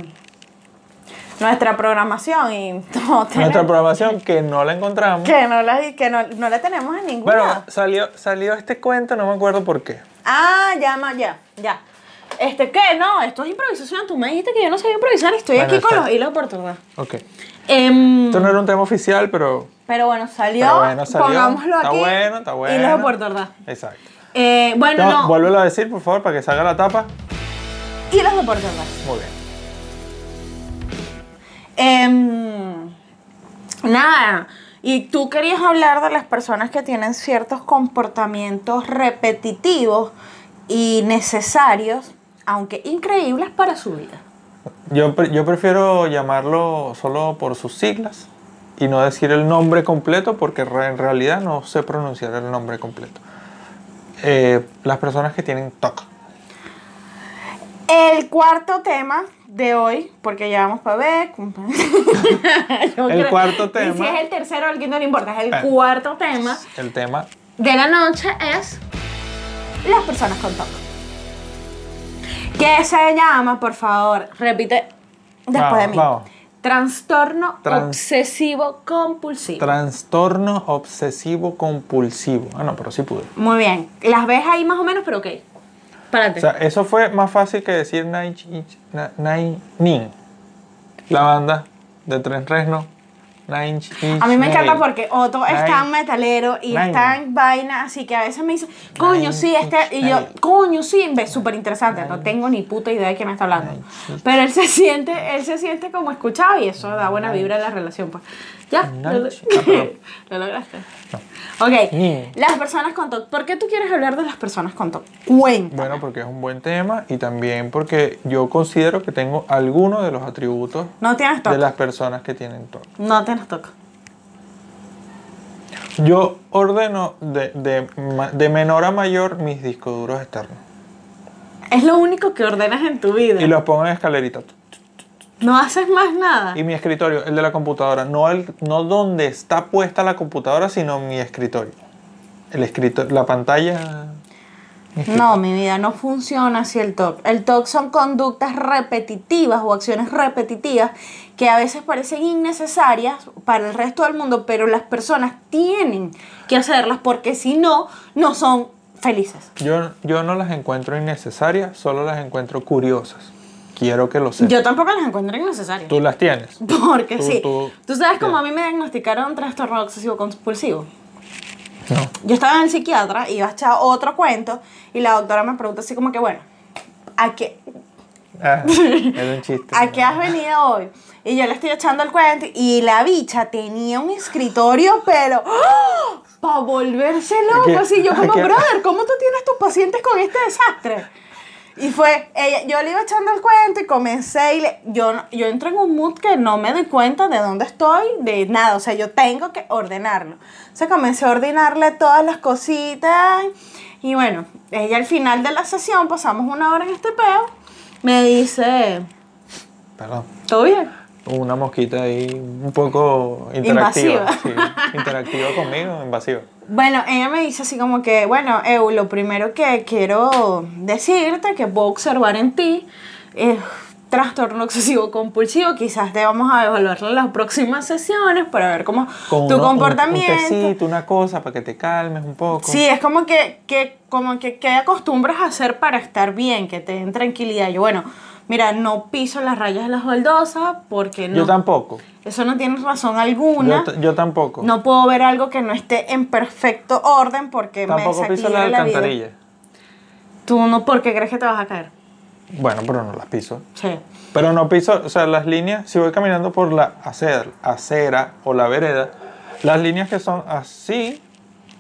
Speaker 1: Nuestra programación y. No,
Speaker 2: Nuestra
Speaker 1: tenemos-
Speaker 2: programación que no la encontramos.
Speaker 1: que no la, que no, no la tenemos en ninguna.
Speaker 2: Bueno, salió, salió este cuento, no me acuerdo por qué.
Speaker 1: Ah, ya, ma- ya, ya. Este, ¿qué? No, esto es improvisación. Tú me dijiste que yo no sabía improvisar y estoy
Speaker 2: Bueno,
Speaker 1: aquí con
Speaker 2: está.
Speaker 1: los hilos por todas.
Speaker 2: Ok.
Speaker 1: Em,
Speaker 2: Esto no era un tema oficial, pero.
Speaker 1: pero bueno, salió.
Speaker 2: pero bueno, salió.
Speaker 1: Pongámoslo
Speaker 2: está
Speaker 1: aquí.
Speaker 2: bueno, está bueno.
Speaker 1: Hilos de Puerto Ordaz.
Speaker 2: Exacto.
Speaker 1: Eh, bueno,
Speaker 2: No,
Speaker 1: no.
Speaker 2: Vuélvelo a decir, por favor, para que salga la tapa.
Speaker 1: Hilos de Puerto Ordaz.
Speaker 2: Muy bien.
Speaker 1: Em, nada. Y tú querías hablar de las personas que tienen ciertos comportamientos repetitivos y necesarios, aunque increíbles para su vida.
Speaker 2: Yo, pre- yo prefiero llamarlo solo por sus siglas y no decir el nombre completo porque re- en realidad no sé pronunciar el nombre completo. Eh, las personas que tienen TOC.
Speaker 1: El cuarto tema de hoy, porque ya vamos para ver. Yo
Speaker 2: El
Speaker 1: creo-
Speaker 2: cuarto
Speaker 1: Y si
Speaker 2: tema.
Speaker 1: es el tercero o el quinto, no importa. Es el
Speaker 2: Ah.
Speaker 1: cuarto tema
Speaker 2: El tema,
Speaker 1: de la noche es las personas con TOC. Que que se llama, por favor, repite después
Speaker 2: Vamos,
Speaker 1: de mí.
Speaker 2: vamos.
Speaker 1: Trastorno
Speaker 2: Tran-
Speaker 1: obsesivo compulsivo.
Speaker 2: Trastorno obsesivo compulsivo. Ah, no, pero sí pude.
Speaker 1: Muy bien. Las ves ahí más o menos, pero ok. Párate.
Speaker 2: O sea, eso fue más fácil que decir Nine Inch- Na- Nine Nin. La banda de Tren Resno. Nine Inch
Speaker 1: a mí me encanta
Speaker 2: Nails.
Speaker 1: porque Otto es
Speaker 2: Nine-
Speaker 1: tan metalero y
Speaker 2: Nine.
Speaker 1: es tan vaina, así que a veces me dice, coño,
Speaker 2: Nine
Speaker 1: sí, este. Y yo,
Speaker 2: Inch
Speaker 1: coño, sí, ve, súper interesante. No tengo ni puta idea de qué me está hablando. Pero él se siente, él se siente como escuchado y eso da buena vibra a la relación, pues. Ya,
Speaker 2: Nine
Speaker 1: lo, lo-
Speaker 2: Inch- Ah, perdón.
Speaker 1: lo lograste. Ok,
Speaker 2: Ni-
Speaker 1: las personas con TOC. ¿Por qué tú quieres hablar de las personas con TOC? Cuenta.
Speaker 2: Bueno, porque es un buen tema y también porque yo considero que tengo algunos de los atributos
Speaker 1: No tienes
Speaker 2: de
Speaker 1: TOC.
Speaker 2: las personas que tienen TOC.
Speaker 1: No tienes TOC.
Speaker 2: Yo ordeno de, de ma- de menor a mayor mis discos duros externos
Speaker 1: Es lo único que ordenas en tu vida.
Speaker 2: y los pongo en escalerita.
Speaker 1: No haces más nada.
Speaker 2: Y mi escritorio, el de la computadora, no, el, no donde está puesta la computadora, sino mi escritorio. El escritorio, la pantalla. mi escritorio.
Speaker 1: No, mi vida, no funciona así el TOC. El TOC son conductas repetitivas o acciones repetitivas que a veces parecen innecesarias para el resto del mundo, pero las personas tienen que hacerlas porque si no, no son felices.
Speaker 2: Yo, yo no las encuentro innecesarias, solo las encuentro curiosas. Quiero que lo sepas.
Speaker 1: Yo tampoco las encuentro innecesarias.
Speaker 2: Tú las tienes.
Speaker 1: Porque
Speaker 2: Tú-
Speaker 1: sí.
Speaker 2: tú-
Speaker 1: Tú sabes cómo
Speaker 2: ya.
Speaker 1: a mí me diagnosticaron trastorno obsesivo compulsivo.
Speaker 2: No.
Speaker 1: Yo estaba en el psiquiatra, iba a echar otro cuento y la doctora me pregunta así como que, bueno, ¿a qué,
Speaker 2: Ah, era un chiste.
Speaker 1: ¿a qué has venido hoy? Y yo le estoy echando el cuento y la bicha tenía un escritorio, pero para volverse loco.
Speaker 2: ¿A qué-
Speaker 1: Así yo
Speaker 2: a
Speaker 1: como,
Speaker 2: qué-
Speaker 1: brother, ¿cómo tú tienes tus pacientes con este desastre? Y fue, ella, yo le iba echando el cuento y comencé y le- yo, no- yo entro en un mood que no me doy cuenta de dónde estoy, de nada, o sea, yo tengo que ordenarlo. O sea, comencé a ordenarle todas las cositas y bueno, ella al final de la sesión, pasamos una hora en este peo, me dice,
Speaker 2: Perdón.
Speaker 1: ¿todo bien?
Speaker 2: Una mosquita ahí un poco interactiva.
Speaker 1: Invasiva.
Speaker 2: sí. Interactiva conmigo, invasiva.
Speaker 1: Bueno, ella me dice así como que, bueno, Eu, lo primero que quiero decirte, que puedo observar en ti, es trastorno obsesivo compulsivo, quizás debamos evaluarlo en las próximas sesiones para ver cómo
Speaker 2: Con
Speaker 1: tu
Speaker 2: uno- un-
Speaker 1: comportamiento.
Speaker 2: Un, tecito, una cosa para que te calmes un poco.
Speaker 1: Sí, es como que, que, como que, ¿qué acostumbras a hacer para estar bien, que te den tranquilidad? Yo, bueno, mira, no piso las rayas de las baldosas porque no,
Speaker 2: Yo tampoco.
Speaker 1: eso no tiene razón
Speaker 2: Yo,
Speaker 1: alguna.
Speaker 2: t- yo tampoco.
Speaker 1: No puedo ver algo que no esté en perfecto orden porque
Speaker 2: tampoco
Speaker 1: me
Speaker 2: piso
Speaker 1: desequilibra
Speaker 2: las
Speaker 1: la vida.
Speaker 2: alcantarillas.
Speaker 1: Tú no, porque crees que te vas a caer.
Speaker 2: Bueno, pero no las piso.
Speaker 1: Sí.
Speaker 2: Pero no piso, o sea, las líneas, si voy caminando por la acera, acera o la vereda, las líneas que son así,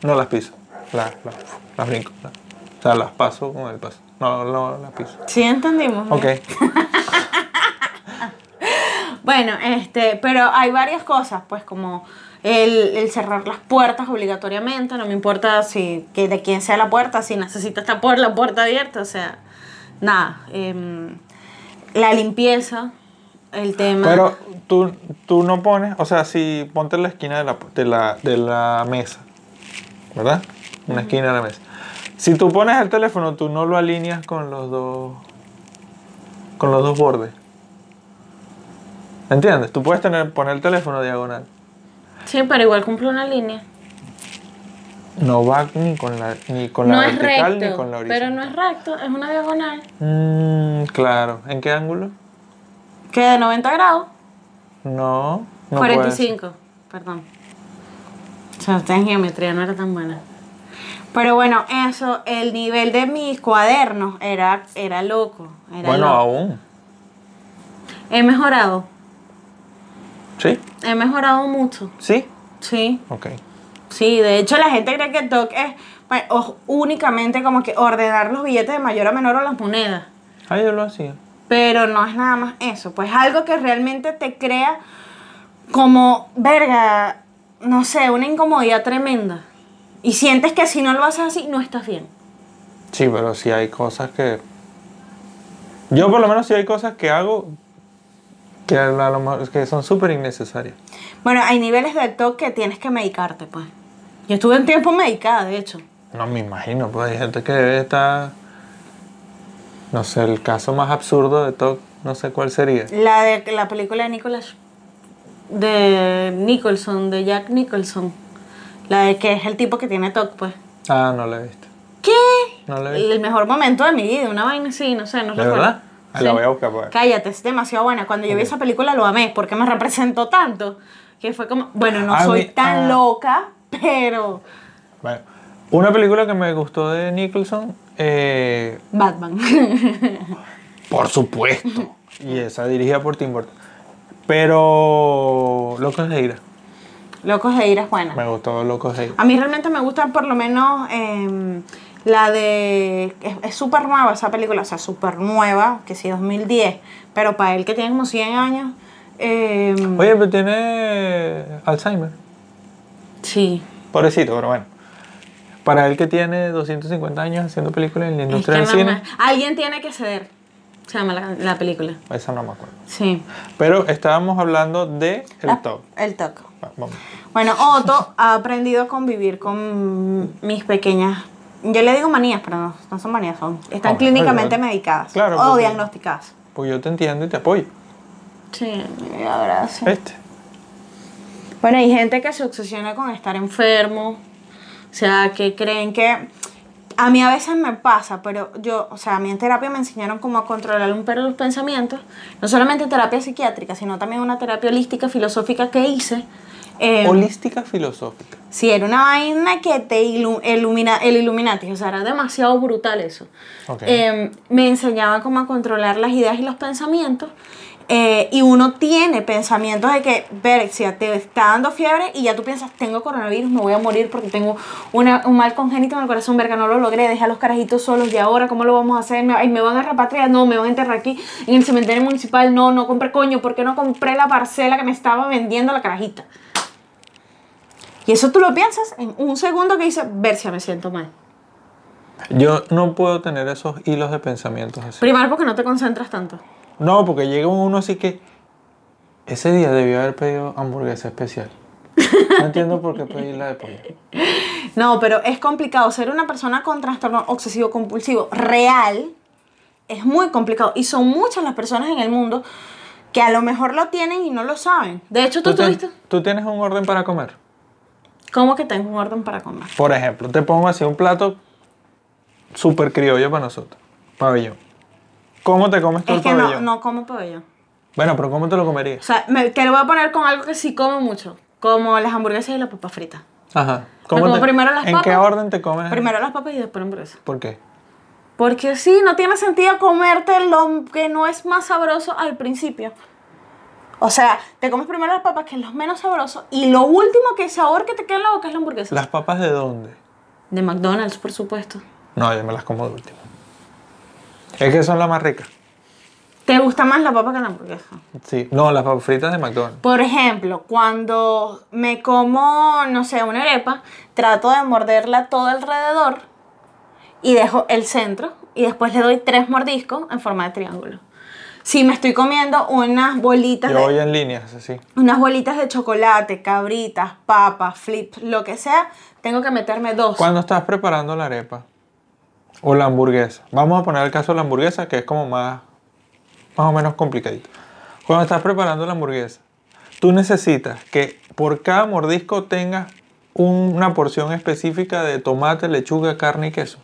Speaker 2: no las piso. Las, las, las brinco. las- o sea, las paso con el paso. No, no las piso.
Speaker 1: Sí, entendimos.
Speaker 2: Ok.
Speaker 1: bien. Bueno, este, pero hay varias cosas, pues como el, el cerrar las puertas obligatoriamente, no me importa si que de quién sea la puerta, si necesita estar por la puerta abierta, o sea, nada. em, la limpieza, el tema.
Speaker 2: Pero tú, tú no pones, o sea, si ponte en la esquina de la, de la, de la mesa, ¿verdad? Una esquina de la mesa. Si tú pones el teléfono, tú no lo alineas con los dos, con los dos bordes. ¿Entiendes? Tú puedes tener, poner el teléfono diagonal.
Speaker 1: Sí, pero igual cumple una línea.
Speaker 2: No va ni con la, ni con la
Speaker 1: No es
Speaker 2: vertical ni
Speaker 1: recto,
Speaker 2: con la
Speaker 1: pero
Speaker 2: horizontal.
Speaker 1: no es recto, es una diagonal.
Speaker 2: Mm, claro. ¿En qué ángulo?
Speaker 1: Que de 90 grados.
Speaker 2: No. no puede ser.
Speaker 1: 45, perdón. O sea, esta en geometría no era tan buena. Pero bueno, eso, el nivel de mis cuadernos era, era loco. era
Speaker 2: Bueno,
Speaker 1: loco.
Speaker 2: aún.
Speaker 1: He mejorado,
Speaker 2: ¿Sí?
Speaker 1: he mejorado mucho.
Speaker 2: ¿Sí?
Speaker 1: Sí,
Speaker 2: Ok.
Speaker 1: sí, de hecho la gente cree que TOC es bueno, o- únicamente como que ordenar los billetes de mayor a menor o las monedas.
Speaker 2: Ah, yo lo hacía.
Speaker 1: Pero no es nada más eso, pues algo que realmente te crea como, verga, no sé, una incomodidad tremenda. Y sientes que si no lo haces así, no estás bien.
Speaker 2: Sí, pero si hay cosas que. Yo, por lo menos, si hay cosas que hago que, a lo mejor- que son súper innecesarias.
Speaker 1: Bueno, hay niveles de TOC que tienes que medicarte, pues. Yo estuve un tiempo medicada, de hecho.
Speaker 2: No me imagino, pues hay gente que debe estar No sé, el caso más absurdo de todo, no sé cuál sería.
Speaker 1: La de la película de Nicolas de Nicholson, de Jack Nicholson. La de que es el tipo que tiene TOC, pues.
Speaker 2: Ah, no la he visto.
Speaker 1: ¿Qué?
Speaker 2: No la he visto.
Speaker 1: El mejor momento de mi vida, una vaina así, no sé, no
Speaker 2: ¿De
Speaker 1: recuerdo.
Speaker 2: verdad? Ah, la
Speaker 1: Sí.
Speaker 2: voy a buscar por ahí.
Speaker 1: Cállate, es demasiado buena. Cuando yo vi esa película lo amé, porque me representó tanto. Que fue como, bueno, no
Speaker 2: Ah,
Speaker 1: soy
Speaker 2: mi-
Speaker 1: tan
Speaker 2: ah.
Speaker 1: loca, pero
Speaker 2: Bueno, una película que me gustó de Nicholson, eh,
Speaker 1: Batman.
Speaker 2: por supuesto. y esa dirigida por Tim Burton. Pero Locos de Ira.
Speaker 1: Locos de ir es buena.
Speaker 2: Me gustó Locos de Ira.
Speaker 1: A mí realmente me gustan por lo menos em, la de... Es es súper nueva esa película, o sea, súper nueva, que sí, 2010, pero para él que tiene como 100 años... em,
Speaker 2: Oye, pero tiene Alzheimer.
Speaker 1: sí.
Speaker 2: Pobrecito, pero bueno. Para él que tiene 250 años haciendo películas en la
Speaker 1: Es
Speaker 2: industria
Speaker 1: que
Speaker 2: del
Speaker 1: no-
Speaker 2: cine.
Speaker 1: alguien tiene que ceder. Se llama la, la película.
Speaker 2: Esa no me acuerdo.
Speaker 1: Sí.
Speaker 2: Pero estábamos hablando de el
Speaker 1: La-
Speaker 2: top.
Speaker 1: El top.
Speaker 2: Va- vamos.
Speaker 1: Bueno, Otto ha aprendido a convivir con mis pequeñas. Yo le digo manías, pero no, no son manías, son. Están
Speaker 2: Ah,
Speaker 1: clínicamente
Speaker 2: claro.
Speaker 1: medicadas.
Speaker 2: Claro,
Speaker 1: O
Speaker 2: porque-
Speaker 1: diagnosticadas.
Speaker 2: Pues yo te entiendo y te apoyo.
Speaker 1: Sí, gracias.
Speaker 2: Este.
Speaker 1: Bueno, hay gente que se obsesiona con estar enfermo. O sea, que creen que. A mí a veces me pasa, pero yo, o sea, a mí en terapia me enseñaron cómo a controlar un poco los pensamientos. No solamente terapia psiquiátrica, sino también una terapia holística filosófica que hice. Eh,
Speaker 2: Holística filosófica.
Speaker 1: sí, era una vaina que te ilu- ilumina, el Illuminati, o sea, era demasiado brutal eso.
Speaker 2: Ok.
Speaker 1: Eh, me enseñaba cómo a controlar las ideas y los pensamientos. eh, y uno tiene pensamientos de que, Berxia, te está dando fiebre y ya tú piensas, tengo coronavirus, me voy a morir porque tengo una- un mal congénito en el corazón, verga, no lo logré, dejé a los carajitos solos y ahora, ¿cómo lo vamos a hacer? Me, ay, me van a repatriar, no, me van a enterrar aquí en el cementerio municipal, no, no compré coño, ¿por qué no compré la parcela que me estaba vendiendo la carajita? Y eso tú lo piensas en un segundo que dices, Bercia, me siento mal.
Speaker 2: Yo no puedo tener esos hilos de pensamientos así.
Speaker 1: Primero porque no te concentras tanto.
Speaker 2: No, porque llega uno así que. Ese día debió haber pedido hamburguesa especial. No entiendo por qué pedí la de pollo.
Speaker 1: No, pero es complicado. Ser una persona con trastorno obsesivo compulsivo real es muy complicado. Y son muchas las personas en el mundo que a lo mejor lo tienen y no lo saben. De hecho, tú
Speaker 2: te-
Speaker 1: tuviste.
Speaker 2: tú tienes un orden para comer.
Speaker 1: ¿Cómo que tengo un orden para comer?
Speaker 2: Por ejemplo, te pongo así un plato súper criollo para nosotros. Pabellón. ¿Cómo te comes tú
Speaker 1: Es
Speaker 2: el
Speaker 1: que no,
Speaker 2: pabellón?
Speaker 1: no como pabellón.
Speaker 2: Bueno, pero ¿cómo te lo
Speaker 1: O
Speaker 2: comerías?
Speaker 1: sea, me- te lo voy a poner con algo que sí como mucho. Como las hamburguesas y las papas fritas.
Speaker 2: Ajá.
Speaker 1: Me
Speaker 2: ¿Cómo
Speaker 1: como
Speaker 2: te-
Speaker 1: primero las
Speaker 2: ¿En
Speaker 1: papas.
Speaker 2: qué orden te comes?
Speaker 1: Primero las papas y después la hamburguesa.
Speaker 2: ¿Por qué?
Speaker 1: Porque sí, no tiene sentido comerte lo que no es más sabroso al principio. O sea, te comes primero las papas, que es lo menos sabroso, y lo último que sabor que te queda en la boca es la hamburguesa.
Speaker 2: ¿Las papas de dónde?
Speaker 1: De McDonald's, por supuesto.
Speaker 2: No, yo me las como de último. Es que son las más ricas.
Speaker 1: ¿Te gusta más la papa que la hamburguesa?
Speaker 2: Sí. No, las papas fritas de McDonald's.
Speaker 1: Por ejemplo, cuando me como, no sé, una arepa, trato de morderla todo alrededor y dejo el centro y después le doy tres mordiscos en forma de triángulo. Si me estoy comiendo unas bolitas
Speaker 2: Yo
Speaker 1: de
Speaker 2: voy en líneas, así.
Speaker 1: unas bolitas de chocolate, cabritas, papas, flips, lo que sea, tengo que meterme dos.
Speaker 2: Cuando estás preparando la arepa o la hamburguesa, vamos a poner el caso de la hamburguesa que es como más, más o menos complicadito. Cuando estás preparando la hamburguesa, tú necesitas que por cada mordisco tengas un- una porción específica de tomate, lechuga, carne y queso,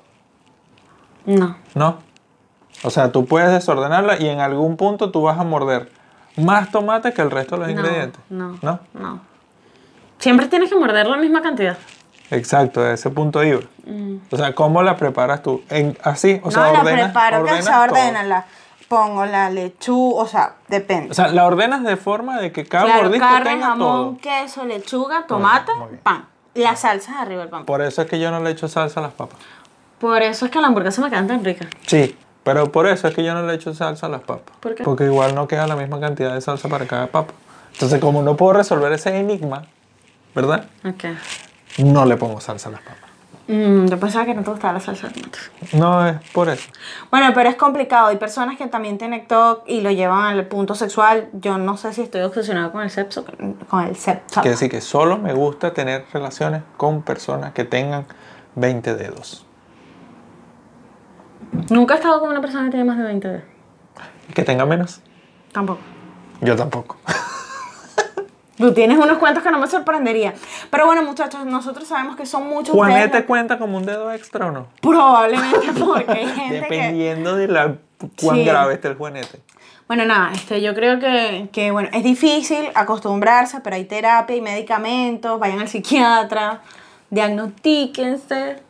Speaker 1: No.
Speaker 2: ¿no? O sea, tú puedes desordenarla y en algún punto tú vas a morder más tomate que el resto de los
Speaker 1: no,
Speaker 2: ingredientes.
Speaker 1: No, no. Siempre tienes que morder la misma cantidad.
Speaker 2: Exacto, de ese punto iba. O sea, ¿cómo la preparas tú? En, así, o sea,
Speaker 1: Mm. no, la
Speaker 2: ordenas-
Speaker 1: preparo, que se
Speaker 2: ordenas todo.
Speaker 1: ordena, la pongo la lechuga, o sea, depende.
Speaker 2: O sea, la ordenas de forma de que cada
Speaker 1: claro,
Speaker 2: mordisco
Speaker 1: carne,
Speaker 2: tenga
Speaker 1: jamón,
Speaker 2: todo.
Speaker 1: queso, lechuga, tomate,
Speaker 2: muy bien.
Speaker 1: pan. Las salsas arriba del pan.
Speaker 2: Por eso es que yo no le echo salsa a las papas.
Speaker 1: Por eso es que la hamburguesa me quedan tan ricas.
Speaker 2: Sí. Pero por eso es que yo no le echo salsa a las papas.
Speaker 1: ¿Por qué?
Speaker 2: Porque igual no queda la misma cantidad de salsa para cada papa. Entonces, como no puedo resolver ese enigma, ¿verdad?
Speaker 1: Ok.
Speaker 2: No le pongo salsa a las papas.
Speaker 1: Mm, yo pensaba que no te gustaba la salsa de tomate.
Speaker 2: No es por eso.
Speaker 1: Bueno, pero es complicado. Hay personas que también tienen TOC y lo llevan al punto sexual. Yo no sé si estoy obsesionada con el sexo. Con el sexo.
Speaker 2: Quiere decir que solo me gusta tener relaciones con personas que tengan 20 dedos.
Speaker 1: Nunca he estado con una persona que tiene más de 20 días.
Speaker 2: Que tenga menos.
Speaker 1: Tampoco.
Speaker 2: Yo tampoco.
Speaker 1: Tú tienes unos cuentos que no me sorprendería. Pero bueno, muchachos, nosotros sabemos que son muchos ustedes
Speaker 2: ¿Juanete
Speaker 1: no-
Speaker 2: cuenta como un dedo extra o no?
Speaker 1: Probablemente porque hay gente que...
Speaker 2: Dependiendo de la cuán
Speaker 1: Sí.
Speaker 2: grave esté el juanete.
Speaker 1: Bueno, nada, este, yo creo que, que, bueno, es difícil acostumbrarse, pero hay terapia y medicamentos, vayan al psiquiatra, diagnostíquense,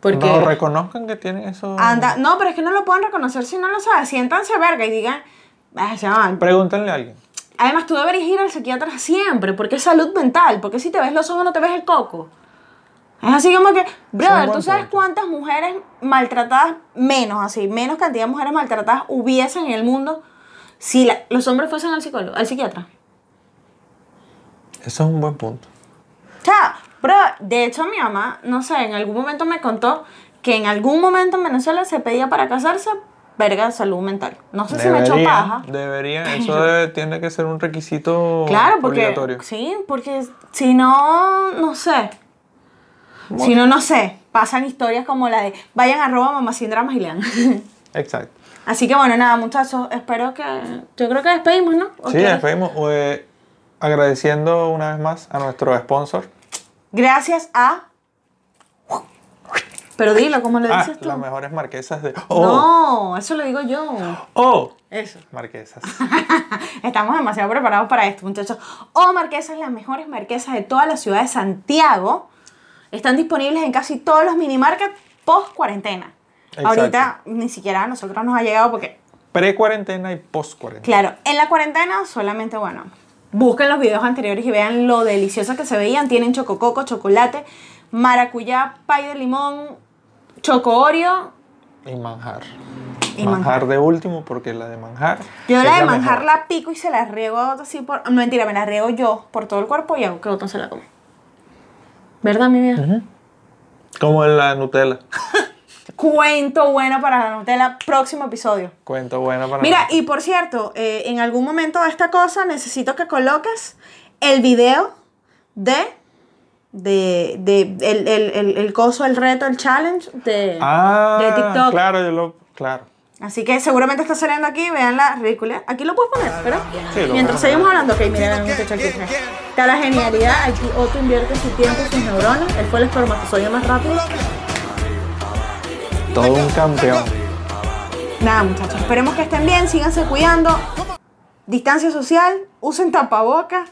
Speaker 1: porque...
Speaker 2: No reconozcan que tienen eso.
Speaker 1: Anda, no, pero es que no lo pueden reconocer si no lo saben. Siéntanse verga y digan, "Ah, ya van".
Speaker 2: Pregúntenle a alguien.
Speaker 1: Además, tú deberías ir al psiquiatra siempre, porque es salud mental, porque si te ves los ojos no te ves el coco. Es así como que, brother,
Speaker 2: buen
Speaker 1: ¿tú sabes
Speaker 2: punto.
Speaker 1: cuántas mujeres maltratadas, menos así, menos cantidad de mujeres maltratadas hubiesen en el mundo si la- los hombres fuesen al psicólogo, al psiquiatra?
Speaker 2: Eso es un buen punto.
Speaker 1: O sea, bro, de hecho mi mamá, no sé, en algún momento me contó que en algún momento en Venezuela se pedía para casarse verga de salud mental. No sé si me echó paja.
Speaker 2: debería. Eso debe- tiene que ser un requisito
Speaker 1: Claro, porque
Speaker 2: obligatorio.
Speaker 1: sí, porque si no, no sé.
Speaker 2: Bueno.
Speaker 1: Si no, no sé. Pasan historias como la de vayan arroba mamá sin dramas y lean.
Speaker 2: Exacto.
Speaker 1: Así que bueno, nada, muchachos, espero que. Yo creo que despedimos, ¿no? ¿O
Speaker 2: Sí,
Speaker 1: quieres?
Speaker 2: despedimos. eh, agradeciendo una vez más a nuestro sponsor.
Speaker 1: Gracias a. Pero dilo, ¿cómo lo
Speaker 2: Ah,
Speaker 1: dices tú?
Speaker 2: las mejores marquesas de. ¡Oh!
Speaker 1: No, eso lo digo yo.
Speaker 2: ¡Oh!
Speaker 1: Eso.
Speaker 2: Marquesas.
Speaker 1: Estamos demasiado preparados para esto, muchachos. O Marquesas, las mejores marquesas de toda la ciudad de Santiago, están disponibles en casi todos los minimarkets post cuarentena.
Speaker 2: Exacto.
Speaker 1: Ahorita ni siquiera a nosotros nos ha llegado porque,
Speaker 2: Pre-cuarentena y post-cuarentena.
Speaker 1: claro, en la cuarentena solamente, bueno, busquen los videos anteriores y vean lo deliciosa que se veían. Tienen chocococo, chocolate, maracuyá, pay de limón, choco oreo.
Speaker 2: Y manjar.
Speaker 1: Y
Speaker 2: manjar.
Speaker 1: manjar.
Speaker 2: de último, porque la de manjar.
Speaker 1: Yo
Speaker 2: es
Speaker 1: la de manjar
Speaker 2: mejor.
Speaker 1: la pico y se la riego así por... No, mentira, me la riego yo por todo el cuerpo y hago que Otón se la come. ¿Verdad, mi vida?
Speaker 2: Como en la Nutella.
Speaker 1: Cuento bueno para la Nutella, próximo episodio.
Speaker 2: Cuento bueno para
Speaker 1: Mira,
Speaker 2: nosotros.
Speaker 1: y por cierto, eh, en algún momento de esta cosa necesito que coloques el video de... De, de- el, el, el, el coso, el reto, el challenge de,
Speaker 2: Ah,
Speaker 1: de TikTok.
Speaker 2: Claro, yo lo. Claro.
Speaker 1: Así que seguramente está saliendo aquí, vean la ridícula. Aquí lo puedes poner, ¿verdad?
Speaker 2: Sí, lo
Speaker 1: Mientras
Speaker 2: puedo poner.
Speaker 1: seguimos hablando, ok, mira, hemos hecho aquí. ajá. Está la genialidad, aquí Otto invierte su tiempo, sus neuronas, él fue el espermatozoide más rápido.
Speaker 2: Todo un campeón.
Speaker 1: Nada, muchachos, esperemos que estén bien, síganse cuidando. Distancia social, usen tapabocas.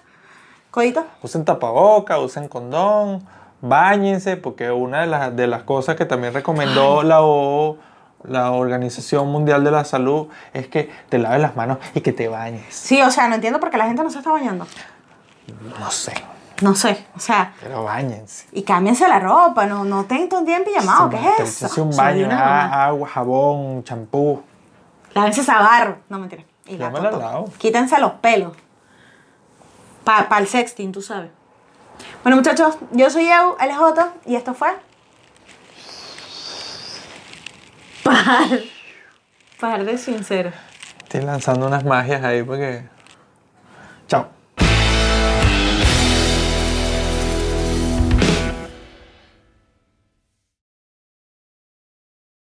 Speaker 1: Codito.
Speaker 2: Usen tapaboca, usen condón, bañense, porque una de las, de las cosas que también recomendó la O, la Organización Mundial de la Salud, es que te laves las manos y que te bañes.
Speaker 1: Sí, o sea, no entiendo por qué la gente no se está bañando.
Speaker 2: No sé,
Speaker 1: No sé, o sea,
Speaker 2: pero bañense.
Speaker 1: y cámbiense la ropa, no, no tengan todo el día en pijamado, ¿qué
Speaker 2: Te
Speaker 1: es
Speaker 2: echas
Speaker 1: eso?
Speaker 2: un
Speaker 1: Soy
Speaker 2: baño,
Speaker 1: una
Speaker 2: ah,
Speaker 1: mamá.
Speaker 2: agua, jabón, champú.
Speaker 1: Lávense esa barba. No, mentira. Y
Speaker 2: Yo
Speaker 1: la
Speaker 2: me la
Speaker 1: totó.
Speaker 2: lavo.
Speaker 1: Quítense los pelos. Para el sexting, tú sabes. Bueno, muchachos, yo soy Eu, él es Otto, y esto fue. Par. Par de sincero.
Speaker 2: Estoy lanzando unas magias ahí porque... Chao.